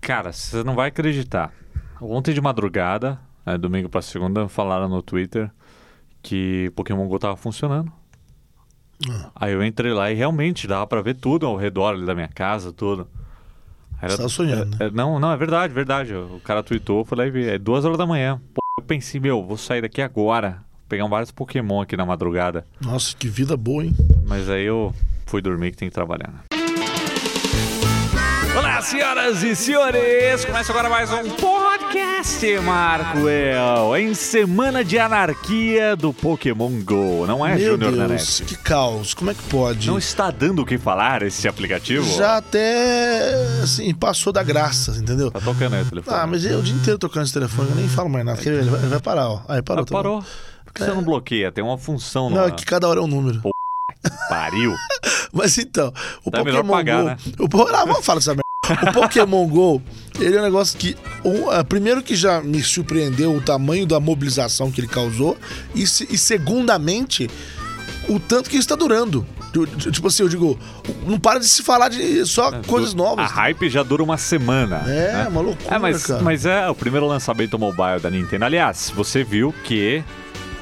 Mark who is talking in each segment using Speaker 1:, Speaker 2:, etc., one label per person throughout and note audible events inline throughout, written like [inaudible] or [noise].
Speaker 1: Cara, você não vai acreditar. Ontem de madrugada, é, domingo pra segunda, falaram no Twitter que Pokémon GO tava funcionando.
Speaker 2: Ah.
Speaker 1: Aí eu entrei lá e realmente dava pra ver tudo ao redor ali da minha casa, tudo. Era-
Speaker 2: Você tava sonhando, né?
Speaker 1: é, não, não, é verdade, verdade. O cara tweetou, eu fui lá e vi. É duas horas da manhã. Pô, eu pensei, meu, vou sair daqui agora. Pegar vários Pokémon aqui na madrugada.
Speaker 2: Nossa, que vida boa, hein?
Speaker 1: Mas aí eu fui dormir que tem que trabalhar, né? Olá, senhoras e senhores! Começa agora mais um podcast, Marco El, em semana de anarquia do Pokémon GO, não é,
Speaker 2: Meu
Speaker 1: Júnior
Speaker 2: Deus,
Speaker 1: Nanete?
Speaker 2: que caos. Como é que pode?
Speaker 1: Não está dando o que falar esse aplicativo?
Speaker 2: Já até, assim, passou da graça, entendeu?
Speaker 1: Tá tocando aí o telefone.
Speaker 2: Ah, mas eu o dia inteiro tocando esse telefone, eu nem falo mais nada. Quer ver? Ele vai, ele vai parar, ó. Aí parou.
Speaker 1: Ah,
Speaker 2: tá bom.
Speaker 1: parou. Por que você não bloqueia? Tem uma função
Speaker 2: Não,
Speaker 1: lá.
Speaker 2: é que cada hora é um número.
Speaker 1: Pariu.
Speaker 2: Mas então, o
Speaker 1: Tá melhor
Speaker 2: Pokémon
Speaker 1: pagar,
Speaker 2: Go.
Speaker 1: né?
Speaker 2: O po... Ah, vamos falar dessa merda. O Pokémon Go, ele é um negócio que. um, ah, primeiro que já me surpreendeu o tamanho da mobilização que ele causou. E, se- e segundamente, o tanto que isso tá durando. Eu- eu- Tipo assim, eu digo, não para de se falar de só [laughs] coisas
Speaker 1: É, A
Speaker 2: novas. né?
Speaker 1: hype já dura uma semana.
Speaker 2: É,
Speaker 1: né?
Speaker 2: uma loucura,
Speaker 1: É, mas,
Speaker 2: cara.
Speaker 1: mas é o primeiro lançamento mobile da Nintendo. Aliás, você viu que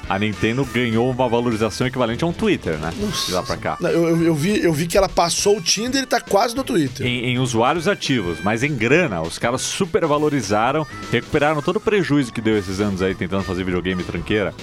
Speaker 1: a Nintendo ganhou uma valorização equivalente a um Twitter, né? De lá pra cá.
Speaker 2: Não, Eu, eu- eu vi, eu vi que ela passou o Tinder e tá quase no Twitter.
Speaker 1: Em, em usuários ativos, mas em grana, os caras supervalorizaram, recuperaram todo o prejuízo que deu esses anos aí tentando fazer videogame tranqueira.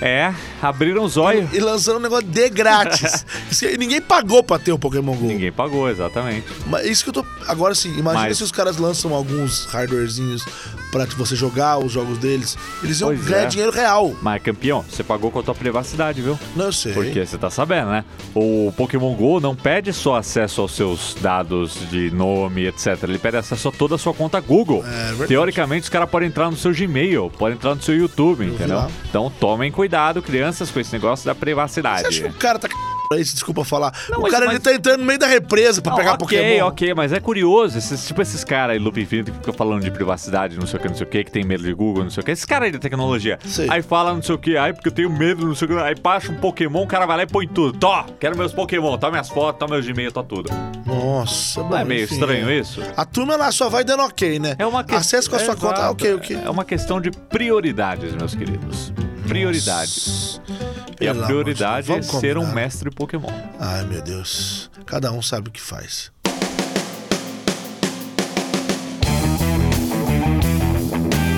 Speaker 1: É, abriram os olhos.
Speaker 2: E lançando um negócio de
Speaker 1: [laughs]
Speaker 2: grátis. Isso aí, Ninguém pagou pra ter o Pokémon GO.
Speaker 1: Ninguém pagou, exatamente.
Speaker 2: Mas isso que eu tô. Agora sim, imagina
Speaker 1: Mas-
Speaker 2: se os caras lançam alguns hardwarezinhos pra você jogar os jogos deles. Eles iam
Speaker 1: Pois
Speaker 2: ganhar
Speaker 1: é.
Speaker 2: dinheiro real.
Speaker 1: Mas, campeão, você pagou com a tua privacidade, viu?
Speaker 2: Não eu sei.
Speaker 1: Porque você tá sabendo, né? O Pokémon GO não pede só acesso aos seus dados de nome, etc. Ele pede acesso a toda a sua conta Google.
Speaker 2: É, verdade.
Speaker 1: Teoricamente, os caras podem entrar no seu Gmail, podem entrar no seu YouTube,
Speaker 2: vi
Speaker 1: entendeu?
Speaker 2: lá.
Speaker 1: Então tomem cuidado, crianças, com esse negócio da
Speaker 2: Você acha que
Speaker 1: privacidade.
Speaker 2: o cara tá c... aí, desculpa falar.
Speaker 1: Não,
Speaker 2: o
Speaker 1: mas-
Speaker 2: cara
Speaker 1: mas-
Speaker 2: ele tá entrando no meio da represa pra
Speaker 1: Não,
Speaker 2: pegar
Speaker 1: Ah, ok,
Speaker 2: Pokémon.
Speaker 1: ok, mas é curioso. Esses, tipo esses caras aí, Loop Infinito, que ficam falando de privacidade, não sei o que, não sei o que, que tem medo de Google, não sei o que. Esse cara aí da tecnologia.
Speaker 2: Sei.
Speaker 1: Aí fala não sei o que, aí porque eu tenho medo, não sei o que. Aí baixa um Pokémon, o cara vai lá e põe tudo. Tó, quero meus Pokémon, tá minhas fotos, tá meus Gmail, tá tudo.
Speaker 2: Nossa,
Speaker 1: Não é meio estranho
Speaker 2: isso.
Speaker 1: isso?
Speaker 2: A turma lá só vai dando ok, né?
Speaker 1: É uma que-
Speaker 2: Acesso com a sua
Speaker 1: Exato.
Speaker 2: conta. Ah, ok, ok.
Speaker 1: É uma questão de prioridades, meus queridos. Prioridades. E
Speaker 2: Pelo amor de
Speaker 1: a prioridade é
Speaker 2: Deus, vamos
Speaker 1: ser um
Speaker 2: combinar.
Speaker 1: mestre Pokémon.
Speaker 2: Ai, meu Deus. Cada um sabe o que faz.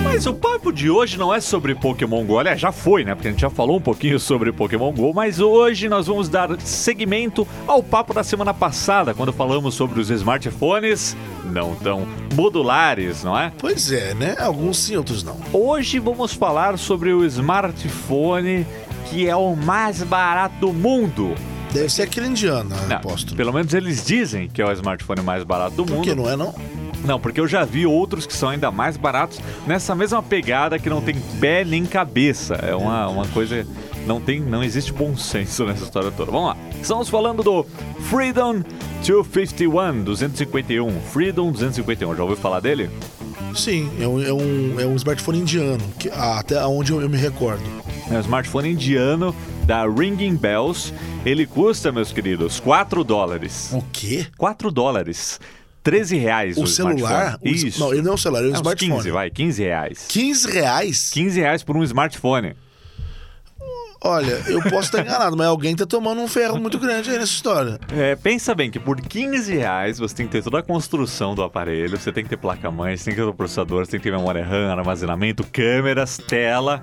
Speaker 1: Mas o papo de hoje não é sobre Pokémon GO. Aliás, já foi, né? Porque a gente já falou um pouquinho sobre Pokémon GO. Mas hoje nós vamos dar seguimento ao papo da semana passada, quando falamos sobre os smartphones não tão modulares, não é?
Speaker 2: Pois é, né? Alguns sim, outros não.
Speaker 1: Hoje vamos falar sobre o smartphone que é o mais barato do mundo.
Speaker 2: Deve ser aquele indiano, eu
Speaker 1: Não,
Speaker 2: aposto.
Speaker 1: Pelo menos eles dizem que é o smartphone mais barato do
Speaker 2: Por que
Speaker 1: mundo.
Speaker 2: não é, não?
Speaker 1: Não, porque eu já vi outros que são ainda mais baratos nessa mesma pegada que não tem pé nem cabeça. É uma, uma coisa. Não tem. Não existe bom senso [laughs] nessa história toda. Vamos lá. Estamos falando do Freedom 251, 251. Freedom 251. Já ouviu falar dele?
Speaker 2: Sim, é um, é um, é um smartphone indiano, que, ah, até onde eu, eu me recordo.
Speaker 1: É um smartphone indiano da Ringing Bells. Ele custa, meus queridos, 4 dólares.
Speaker 2: O quê?
Speaker 1: 4 dólares. 13 reais
Speaker 2: O,
Speaker 1: o,
Speaker 2: celular?
Speaker 1: smartphone.
Speaker 2: O ce-
Speaker 1: Isso.
Speaker 2: Não, ele não é um celular, ele é um
Speaker 1: É, uns
Speaker 2: smartphone.
Speaker 1: 15, vai, 15 reais.
Speaker 2: 15 reais?
Speaker 1: 15 reais por um smartphone.
Speaker 2: Olha, eu posso estar enganado, mas alguém tá tomando um ferro muito grande aí nessa história.
Speaker 1: É, pensa bem que por 15 reais você tem que ter toda a construção do aparelho, você tem que ter placa-mãe, você tem que ter o processador, você tem que ter memória RAM, armazenamento, câmeras, tela,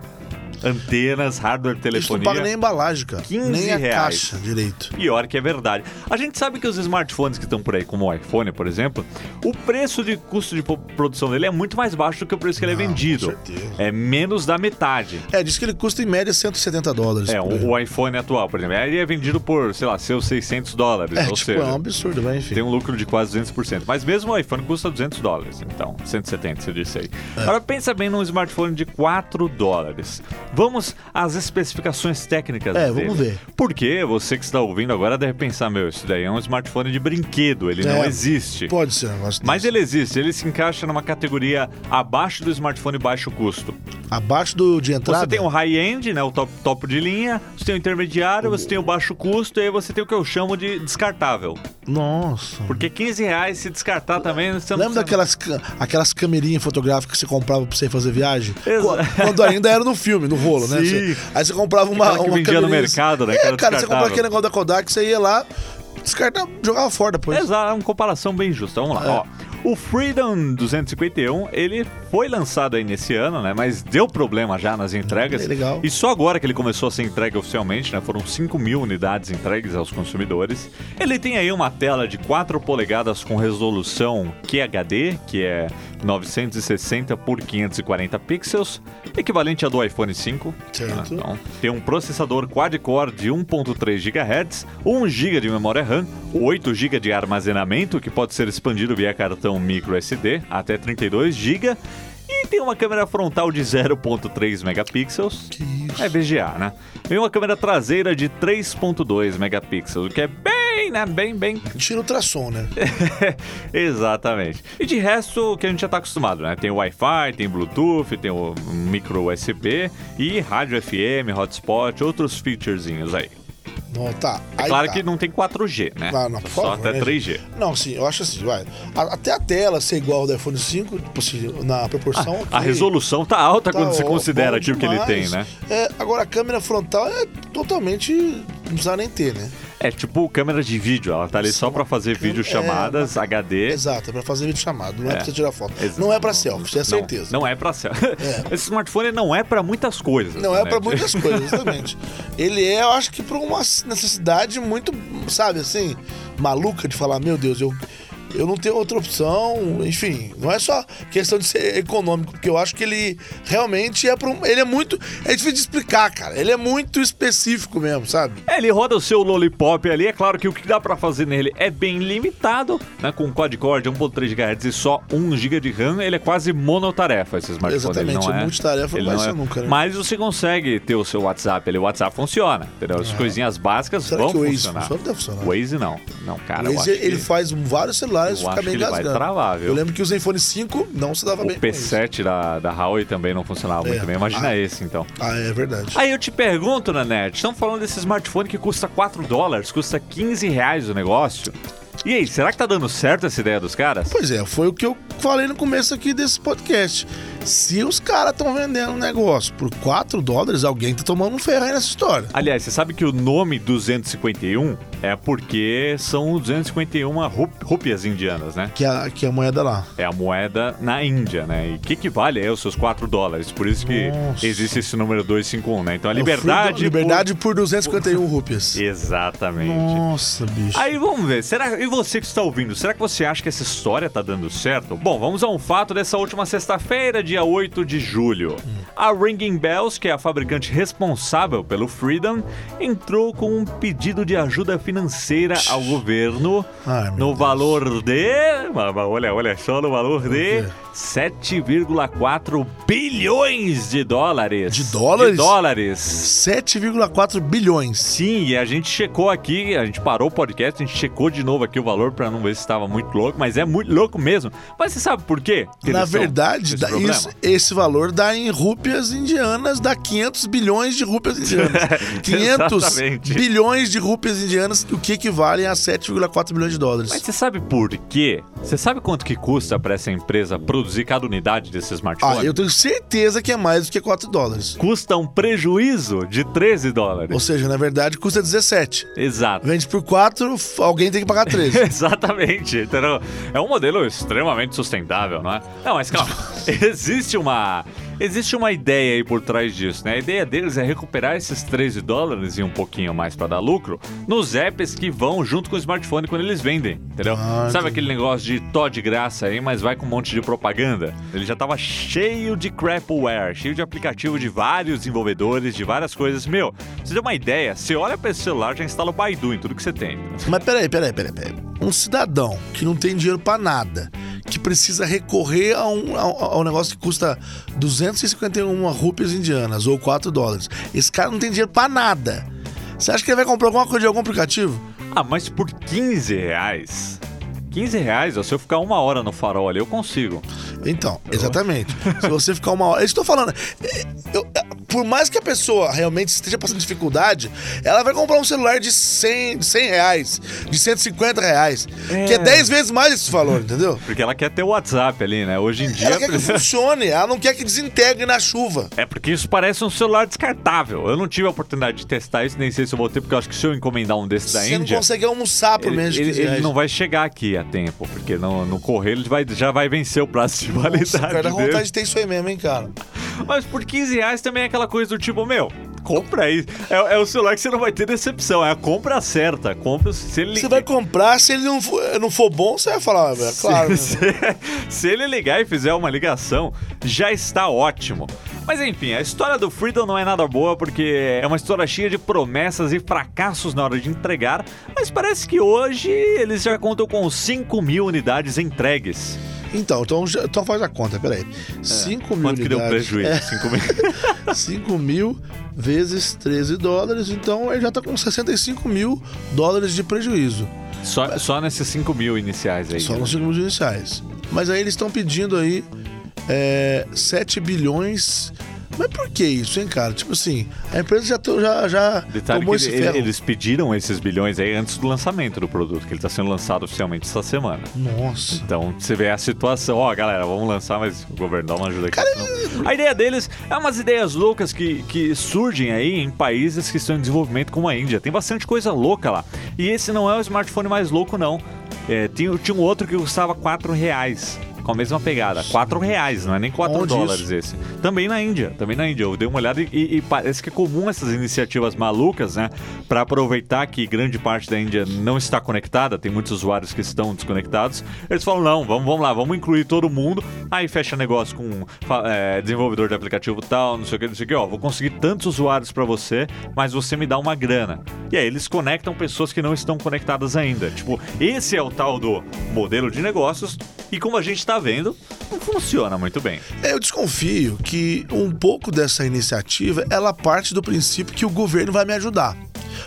Speaker 1: antenas, hardware,
Speaker 2: Isso não
Speaker 1: telefonia.
Speaker 2: paga nem a embalagem, cara.
Speaker 1: 15
Speaker 2: nem a
Speaker 1: reais.
Speaker 2: caixa direito.
Speaker 1: Pior que é verdade. A gente sabe que os smartphones que estão por aí, como o iPhone, por exemplo, o preço de custo de po- produção dele é muito mais baixo do que o preço que ele é
Speaker 2: com
Speaker 1: vendido.
Speaker 2: certeza.
Speaker 1: É menos da metade.
Speaker 2: É, diz que ele custa em média 170 dólares.
Speaker 1: É,
Speaker 2: por aí.
Speaker 1: o, o iPhone atual, por exemplo, ele é vendido por, sei lá, seus 600 dólares.
Speaker 2: É,
Speaker 1: ou
Speaker 2: tipo,
Speaker 1: seja,
Speaker 2: é um absurdo, mas enfim.
Speaker 1: tem um lucro de quase 200%. Mas mesmo o iPhone custa 200 dólares, então, 170, se eu disse aí.
Speaker 2: É.
Speaker 1: Agora, pensa bem num smartphone de 4 dólares. Vamos às especificações técnicas
Speaker 2: É,
Speaker 1: dele.
Speaker 2: vamos ver.
Speaker 1: Porque você que está ouvindo agora deve pensar, meu, isso daí é um smartphone de brinquedo, ele não
Speaker 2: É,
Speaker 1: existe.
Speaker 2: Pode ser um negócio
Speaker 1: Mas
Speaker 2: desse.
Speaker 1: ele existe, ele se encaixa numa categoria abaixo do smartphone baixo custo.
Speaker 2: Abaixo do, de entrada.
Speaker 1: Você tem o high-end, né, o top, top de linha, você tem o intermediário, você tem o baixo custo e aí você tem o que eu chamo de descartável.
Speaker 2: Nossa.
Speaker 1: Porque 15 reais se descartar também... Você não precisa-
Speaker 2: Lembra daquelas ca- aquelas camerinhas fotográficas que você comprava pra você fazer viagem?
Speaker 1: Exato.
Speaker 2: Qu- Quando ainda era no filme, no rolo, né?
Speaker 1: Sim.
Speaker 2: Você- aí você comprava uma,
Speaker 1: Aquela que
Speaker 2: uma
Speaker 1: vendia no
Speaker 2: câmerinha-
Speaker 1: mercado, né?
Speaker 2: É,
Speaker 1: Aquela
Speaker 2: cara, você comprava
Speaker 1: descartável.
Speaker 2: aquele negócio da Kodak, você ia lá, descartava, jogava fora depois.
Speaker 1: Exato, é uma comparação bem justa. Vamos lá,
Speaker 2: É.
Speaker 1: ó. O Freedom 251, ele foi lançado aí nesse ano, né? Mas deu problema já nas entregas.
Speaker 2: É Legal.
Speaker 1: E só agora que ele começou a ser entregue oficialmente, né? Foram 5 mil unidades entregues aos consumidores. Ele tem aí uma tela de 4 polegadas com resolução QHD, que é 960 por 540 pixels, equivalente a do iPhone 5.
Speaker 2: Certo.
Speaker 1: Então, então, tem um processador quad-core de 1.3 GHz, 1 GB um de memória RAM, 8 GB de armazenamento, que pode ser expandido via cartão microSD até 32 GB, e tem uma câmera frontal de 0.3 megapixels.
Speaker 2: Que isso.
Speaker 1: É VGA, né? E uma câmera traseira de 3.2 megapixels, o que é bem, né? Bem, bem
Speaker 2: Tira
Speaker 1: [laughs]
Speaker 2: ultrassom, né?
Speaker 1: Exatamente. E de resto, o que a gente já tá acostumado, né? Tem Wi-Fi, tem Bluetooth, tem o micro USB e rádio FM, hotspot, outros featurezinhos aí.
Speaker 2: Não, tá. Aí
Speaker 1: claro
Speaker 2: tá.
Speaker 1: que não tem 4G, né?
Speaker 2: Ah, não, por
Speaker 1: Só
Speaker 2: favor,
Speaker 1: até
Speaker 2: né,
Speaker 1: 3G.
Speaker 2: gente? Não, sim, eu acho assim, vai. A- até a tela ser igual ao do iPhone 5, tipo assim, na proporção.
Speaker 1: A
Speaker 2: ok.
Speaker 1: resolução tá alta
Speaker 2: Tá
Speaker 1: quando se
Speaker 2: ó-
Speaker 1: considera
Speaker 2: bom
Speaker 1: aquilo que ele tem,
Speaker 2: demais.
Speaker 1: né?
Speaker 2: É, agora, a câmera frontal é totalmente. Não precisa nem ter, né?
Speaker 1: É tipo câmera de vídeo, ela tá ali só pra fazer
Speaker 2: câmera-
Speaker 1: videochamadas, HD.
Speaker 2: Exato, é pra fazer vídeo chamado, não é, pra você tirar foto.
Speaker 1: Exato.
Speaker 2: Não é pra selfie, isso é
Speaker 1: Não,
Speaker 2: certeza.
Speaker 1: Não, é pra ser. [laughs] Esse smartphone não é pra muitas coisas.
Speaker 2: Não é
Speaker 1: né?
Speaker 2: pra muitas coisas, exatamente. Ele é, eu acho que pra uma necessidade muito, sabe assim, maluca de falar, meu Deus, eu, eu não tenho outra opção, enfim, não é só questão de ser econômico, porque eu acho que ele realmente é pra um, ele é muito, é difícil de explicar, cara. Ele é muito específico mesmo, sabe?
Speaker 1: É, ele roda o seu lollipop ali, é claro que o que dá pra fazer nele é bem limitado, né? Com quad-core de 1.3 GHz e só 1 GB de RAM, ele é quase monotarefa esse smartphone.
Speaker 2: Exatamente,
Speaker 1: ele não
Speaker 2: é
Speaker 1: é
Speaker 2: multitarefa,
Speaker 1: ele
Speaker 2: não vai
Speaker 1: não
Speaker 2: ser
Speaker 1: é.
Speaker 2: nunca, né?
Speaker 1: Mas você consegue ter o seu WhatsApp ali, o WhatsApp funciona, entendeu? As coisinhas básicas
Speaker 2: É. Será
Speaker 1: vão
Speaker 2: que o Waze
Speaker 1: funcionar.
Speaker 2: funciona? Deve funcionar.
Speaker 1: O Waze não, não, cara,
Speaker 2: Mas
Speaker 1: eu acho
Speaker 2: ele, ele
Speaker 1: que
Speaker 2: faz um, vários celulares e
Speaker 1: eu
Speaker 2: fica
Speaker 1: acho
Speaker 2: meio
Speaker 1: que ele vai
Speaker 2: engasgando.
Speaker 1: travar, viu?
Speaker 2: Eu lembro que os iPhone 5 não se dava
Speaker 1: o
Speaker 2: bem com isso.
Speaker 1: P7 da, da Huawei também não funcionava
Speaker 2: É.
Speaker 1: muito bem, imagina
Speaker 2: Ah.
Speaker 1: esse então.
Speaker 2: Ah, é verdade.
Speaker 1: Aí eu te pergunto, Nanete, estão falando desse smartphone que custa 4 dólares, custa 15 reais o negócio. E aí, será que tá dando certo essa ideia dos caras?
Speaker 2: Pois é, foi o que eu falei no começo aqui desse podcast. Se os caras estão vendendo um negócio por 4 dólares, alguém tá tomando um ferro aí nessa história.
Speaker 1: Aliás, você sabe que o nome 251 é porque são 251 rup- rúpias indianas, né?
Speaker 2: Que é, a- que é a moeda lá.
Speaker 1: É a moeda na Índia, né? E que equivale aí aos seus 4 dólares. Por isso que
Speaker 2: Nossa.
Speaker 1: existe esse número 251, né? Então a
Speaker 2: Eu fui
Speaker 1: liberdade.
Speaker 2: do- Liberdade por 251 rúpias.
Speaker 1: Por... Exatamente.
Speaker 2: um Nossa, bicho.
Speaker 1: Aí vamos ver, será e você que está ouvindo, será que você acha que essa história tá dando certo? Bom, vamos a um fato dessa última sexta-feira, dia 8 de julho.
Speaker 2: Hum.
Speaker 1: A Ringing Bells, que é a fabricante responsável pelo Freedom, entrou com um pedido de ajuda financeira ao governo
Speaker 2: Ai, meu
Speaker 1: no
Speaker 2: Deus.
Speaker 1: valor de, mas- mas olha, olha só, no valor de
Speaker 2: quê?
Speaker 1: 7,4 bilhões de dólares.
Speaker 2: De dólares?
Speaker 1: De dólares.
Speaker 2: 7,4 bilhões.
Speaker 1: Sim, e a gente checou aqui, a gente parou o podcast, a gente checou de novo aqui o valor pra não ver se estava muito louco, mas é muito louco mesmo. Mas você sabe por quê? que
Speaker 2: Na
Speaker 1: eles são
Speaker 2: verdade,
Speaker 1: esse
Speaker 2: dá-
Speaker 1: problema?
Speaker 2: isso- esse valor dá em rúpias indianas, dá 500 bilhões de
Speaker 1: [laughs]
Speaker 2: rúpias indianas. 500
Speaker 1: Exatamente.
Speaker 2: bilhões de rúpias indianas, o que equivalem a 7,4 bilhões de dólares.
Speaker 1: Mas você sabe por quê? Você sabe quanto que custa pra essa empresa produzir cada unidade desse smartphone?
Speaker 2: Ah, eu tenho certeza que é mais do que 4 dólares.
Speaker 1: Custa um prejuízo de 13 dólares.
Speaker 2: Ou seja, na verdade, custa 17.
Speaker 1: Exato.
Speaker 2: Vende por 4, alguém tem que pagar 13.
Speaker 1: [laughs] Exatamente. entendeu? É um modelo extremamente sustentável, não é? Não, mas [laughs] calma. Existe uma. Existe uma ideia aí por trás disso, né? A ideia deles é recuperar esses 13 dólares e um pouquinho mais pra dar lucro nos apps que vão junto com o smartphone quando eles vendem, entendeu?
Speaker 2: Ah,
Speaker 1: Sabe aquele negócio de Tó de graça aí, mas vai com um monte de propaganda? Ele já tava cheio de crapware, cheio de aplicativo de vários desenvolvedores, de várias coisas. Meu, pra você ter uma ideia, você olha pra esse celular, já instala o Baidu em tudo que você tem.
Speaker 2: [laughs] Mas peraí, peraí, peraí, peraí. Um cidadão que não tem dinheiro pra nada, que precisa recorrer a um, a, a um negócio que custa 251 rúpias um indianas ou 4 dólares. Esse cara não tem dinheiro pra nada. Você acha que ele vai comprar alguma coisa de algum aplicativo?
Speaker 1: Ah, mas por 15 reais? 15 reais, ó, se eu ficar uma hora no farol ali, eu consigo.
Speaker 2: Então, exatamente. Se você ficar uma hora. Eu estou falando. é, eu- é, por mais que a pessoa realmente esteja passando dificuldade, ela vai comprar um celular de 100, de 100 reais, de 150 reais, que é 10 vezes mais esse valor, entendeu?
Speaker 1: Porque ela quer ter o WhatsApp ali, né? Hoje em dia.
Speaker 2: Ela quer que funcione, ela não quer que desintegre na chuva.
Speaker 1: [laughs] É porque isso parece um celular descartável. Eu não tive a oportunidade de testar isso, nem sei se eu vou ter, porque eu acho que se eu encomendar um desse da
Speaker 2: Você não
Speaker 1: Índia.
Speaker 2: consegue almoçar por
Speaker 1: Ele,
Speaker 2: menos de
Speaker 1: ele-
Speaker 2: 15
Speaker 1: ele
Speaker 2: reais.
Speaker 1: não vai chegar aqui a tempo, porque no, no correio ele vai, já vai vencer o prazo de
Speaker 2: Nossa,
Speaker 1: validade.
Speaker 2: cara, dá
Speaker 1: dele.
Speaker 2: vontade de ter isso aí mesmo, hein, cara.
Speaker 1: Mas por 15 reais também é aquela coisa do tipo, meu, compra aí. É, é o celular que você não vai ter decepção, é a compra certa. Compra se ele.
Speaker 2: Você vai comprar, se ele não for, não for bom, você vai falar, ah,
Speaker 1: É
Speaker 2: velho,
Speaker 1: [laughs]
Speaker 2: claro. né?
Speaker 1: Se, se ele ligar e fizer uma ligação, já está ótimo. Mas enfim, a história do Freedom não é nada boa porque é uma história cheia de promessas e fracassos na hora de entregar, mas parece que hoje eles já contam com 5 mil unidades entregues.
Speaker 2: Então, então, já- então faz a conta, peraí. 5 mil
Speaker 1: É. Quanto que deu
Speaker 2: unidades.
Speaker 1: prejuízo?
Speaker 2: É,
Speaker 1: 5 mil.
Speaker 2: 5 mil vezes 13 dólares, então ele já tá com 65 mil dólares de prejuízo.
Speaker 1: [laughs] Só, só nesses 5 mil iniciais aí.
Speaker 2: Só nos 5 mil iniciais. Mas aí eles estão pedindo aí é, 7 bilhões. Mas por que isso, hein, cara? Tipo assim, a empresa já, to- já, já
Speaker 1: Detalhe
Speaker 2: tomou
Speaker 1: que
Speaker 2: esse
Speaker 1: ele-
Speaker 2: ferro.
Speaker 1: eles pediram esses bilhões aí antes do lançamento do produto, que ele está sendo lançado oficialmente essa semana.
Speaker 2: Nossa.
Speaker 1: Então você vê a situação, ó galera, vamos lançar, mas o governo dá uma ajuda aqui. senão- A ideia deles é umas ideias loucas que, que surgem aí em países que estão em desenvolvimento como a Índia. Tem bastante coisa louca lá. E esse não é o smartphone mais louco, não. É, tinha, tinha um outro que custava 4 reais. Com a mesma pegada, 4 reais, não é nem 4
Speaker 2: Onde
Speaker 1: dólares
Speaker 2: isso?
Speaker 1: esse. Também na Índia, também na Índia. Eu dei uma olhada e, e- e parece que é comum essas iniciativas malucas, né? Pra aproveitar que grande parte da Índia não está conectada, tem muitos usuários que estão desconectados. Eles falam: não, vamos, vamos lá, vamos incluir todo mundo. Aí fecha negócio com fa- é, desenvolvedor de aplicativo tal, não sei o que, não sei o que. Ó, vou conseguir tantos usuários pra você, mas você me dá uma grana. E aí eles conectam pessoas que não estão conectadas ainda. Tipo, esse é o tal do modelo de negócios. E como a gente tá vendo, não funciona muito bem.
Speaker 2: É, Eu desconfio que um pouco dessa iniciativa ela parte do princípio que o governo vai me ajudar.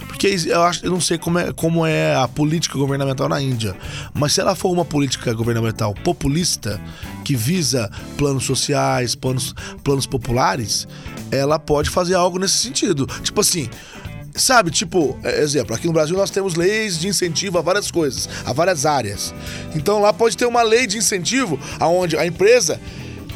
Speaker 2: Porque eu, acho, eu não sei como é, como é a política governamental na Índia, mas se ela for uma política governamental populista, que visa planos sociais, planos, planos populares, ela pode fazer algo nesse sentido. Tipo assim, Sabe, tipo, é, exemplo, aqui no Brasil nós temos leis de incentivo a várias coisas, a várias áreas. Então lá pode ter uma lei de incentivo aonde a empresa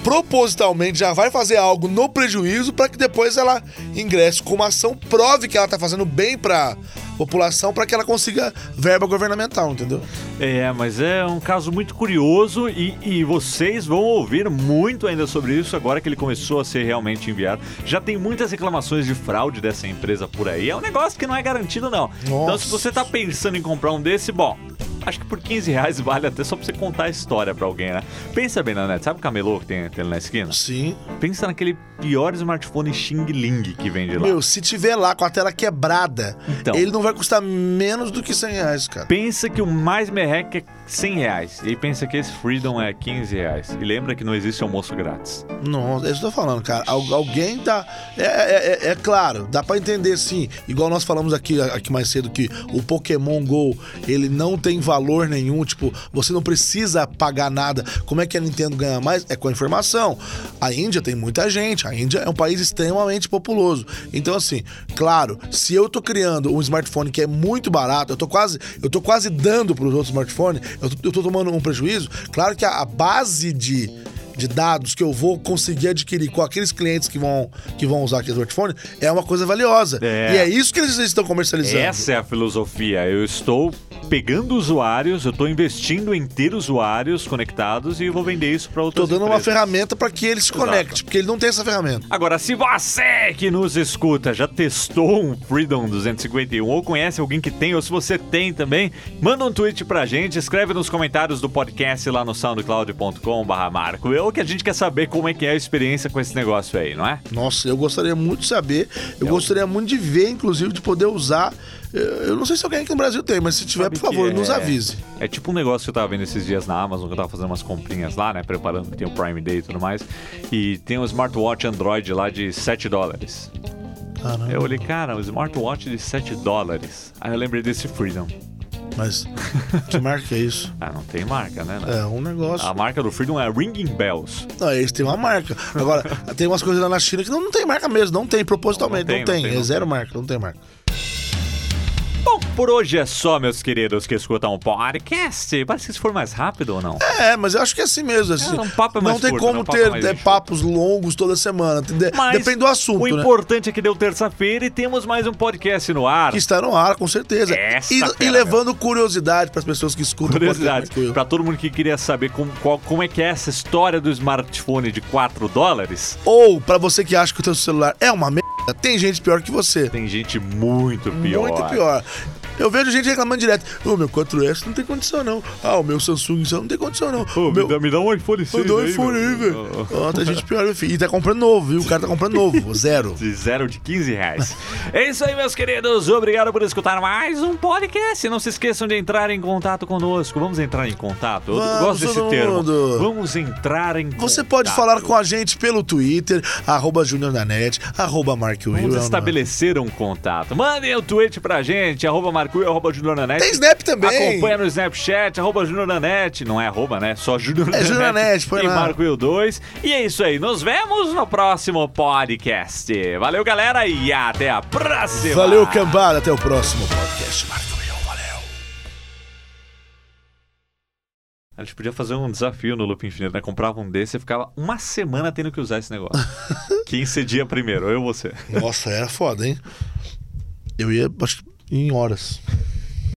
Speaker 2: propositalmente já vai fazer algo no prejuízo para que depois ela ingresse com uma ação, prove que ela tá fazendo bem pra população para que ela consiga verba governamental, entendeu?
Speaker 1: É, mas é um caso muito curioso e, e vocês vão ouvir muito ainda sobre isso agora que ele começou a ser realmente enviado. Já tem muitas reclamações de fraude dessa empresa por aí. É um negócio que não é garantido, não. Então, se você tá pensando em comprar um desse, bom. Acho que por 15 reais vale até só pra você contar a história pra alguém, né? Pensa bem, Nanete, sabe o camelô que tem, tem ali na esquina?
Speaker 2: Sim.
Speaker 1: Pensa naquele pior smartphone Xing Ling que vende lá.
Speaker 2: Meu, se tiver lá com a tela quebrada,
Speaker 1: Então.
Speaker 2: ele não vai custar menos do que 100 reais, cara.
Speaker 1: Pensa que o mais merreca é 100 reais. E pensa que esse Freedom é 15 reais. E lembra que não existe almoço grátis.
Speaker 2: Nossa, é isso que eu tô falando, cara. Al- alguém tá. É, é- é- é claro, dá pra entender sim. Igual nós falamos aqui, aqui mais cedo que o Pokémon GO ele não tem valor nenhum. Tipo, você não precisa pagar nada. Como é que a Nintendo ganha mais? É com a informação. A Índia tem muita gente. A Índia é um país extremamente populoso. Então, assim, claro, se eu tô criando um smartphone que é muito barato, eu tô quase, eu tô quase dando pros outros smartphones, eu tô, eu tô tomando um prejuízo. Claro que a- a base de de dados que eu vou conseguir adquirir com aqueles clientes que vão, que vão usar aquele smartphone é uma coisa valiosa.
Speaker 1: É.
Speaker 2: E é isso que eles estão comercializando.
Speaker 1: Essa é a filosofia. Eu estou pegando usuários, eu estou investindo em ter usuários conectados e eu vou vender isso para
Speaker 2: Tô
Speaker 1: outras
Speaker 2: dando uma
Speaker 1: empresas.
Speaker 2: ferramenta para que ele se conecte, porque ele não tem essa ferramenta.
Speaker 1: Agora, se você que nos escuta já testou um Freedom 251 ou conhece alguém que tem, ou se você tem também, manda um tweet pra gente, escreve nos comentários do podcast lá no soundcloud.com/barra Marco. Eu que a gente quer saber como é que é a experiência com esse negócio aí, não é?
Speaker 2: Nossa, eu gostaria muito de saber. Eu gostaria muito de ver, inclusive, de poder usar. Eu- Eu não sei se alguém aqui no Brasil tem, mas se tiver,
Speaker 1: Sabe
Speaker 2: por favor,
Speaker 1: que
Speaker 2: nos
Speaker 1: é-
Speaker 2: avise.
Speaker 1: É tipo um negócio que eu tava vendo esses dias na Amazon, que eu tava fazendo umas comprinhas lá, né? Preparando que tem o Prime Day e tudo mais. E tem um smartwatch Android lá de 7 dólares.
Speaker 2: Caramba.
Speaker 1: Eu olhei, cara, um smartwatch de 7 dólares. Aí eu lembrei desse Freedom.
Speaker 2: Mas que marca é isso?
Speaker 1: [laughs] Ah, não tem marca, né? né?
Speaker 2: É um negócio.
Speaker 1: A marca do Freedom é Ringing Bells.
Speaker 2: Não, eles têm uma marca. Agora, tem umas coisas lá na China que não, não tem marca mesmo, não tem, propositalmente,
Speaker 1: Não,
Speaker 2: não,
Speaker 1: não tem,
Speaker 2: tem.
Speaker 1: não tem,
Speaker 2: É
Speaker 1: não
Speaker 2: zero marca, não tem marca.
Speaker 1: Bom, por hoje é só, meus queridos, que escutam um podcast. Parece que isso for mais rápido ou não?
Speaker 2: É, mas eu acho que é assim mesmo. Assim,
Speaker 1: É, um papo é
Speaker 2: não
Speaker 1: mais
Speaker 2: tem
Speaker 1: curto,
Speaker 2: como
Speaker 1: né? Um papo
Speaker 2: ter
Speaker 1: mais
Speaker 2: é,
Speaker 1: enxuto.
Speaker 2: papos longos toda semana. De-
Speaker 1: Mas
Speaker 2: É, Depende do assunto,
Speaker 1: O
Speaker 2: né?
Speaker 1: importante é que deu terça-feira e temos mais um podcast no ar.
Speaker 2: Que está no ar, com certeza.
Speaker 1: Essa
Speaker 2: E,
Speaker 1: fera,
Speaker 2: e levando curiosidade para as pessoas que escutam. o
Speaker 1: Curiosidade,
Speaker 2: podcast, né?
Speaker 1: pra todo mundo que queria saber como, qual- como é que é essa história do smartphone de 4 dólares,
Speaker 2: Ou para você que acha que o teu celular é uma merda, tem gente pior que você.
Speaker 1: tem gente muito pior.
Speaker 2: Muito pior. Eu vevejo gente reclamando direto. O meu 4S não tem condição, não. Ah, o meu Samsung isso não tem condição, não.
Speaker 1: Ô,
Speaker 2: o meu...
Speaker 1: me, dá, me dá um iPhone 6
Speaker 2: Eu dou
Speaker 1: aí,
Speaker 2: iPhone
Speaker 1: meu.
Speaker 2: aí, velho.
Speaker 1: Ó, ó.
Speaker 2: Ó, Tem gente pior, meu filho. E tá comprando novo, viu? O cara tá comprando novo, [laughs] zero.
Speaker 1: De zero de 15 reais. É isso aí, meus queridos. Obrigado por escutar mais um podcast. Não se esqueçam de entrar em contato conosco. Vamos entrar em contato? Eu
Speaker 2: Vamos,
Speaker 1: gosto desse
Speaker 2: todo
Speaker 1: termo.
Speaker 2: mundo.
Speaker 1: Vamos entrar em contato.
Speaker 2: Você pode falar com a gente pelo Twitter, arroba Junior da Net, arroba Mark Will.
Speaker 1: Vamos estabelecer um contato. Mandem o tweet pra gente, arroba Marcuio, arroba Júnior Nanete.
Speaker 2: Tem Snap também.
Speaker 1: Acompanha no Snapchat, arroba Júnior Nanete. Não é arroba, né? Só Júnior Nanete.
Speaker 2: Júnior É, Nanete, põe
Speaker 1: E
Speaker 2: lá.
Speaker 1: Marcuio 2. E é isso aí. Nos vemos no próximo podcast. Valeu, galera, e até a próxima.
Speaker 2: Valeu, cambada. Até o próximo podcast, Mark Will. Valeu.
Speaker 1: A gente podia fazer um desafio no Loop Infinito, né? Comprava um desse e ficava uma semana tendo que usar esse negócio.
Speaker 2: [laughs]
Speaker 1: Quem cedia primeiro? Eu ou você?
Speaker 2: Nossa, era foda, hein? Eu ia, acho que em horas.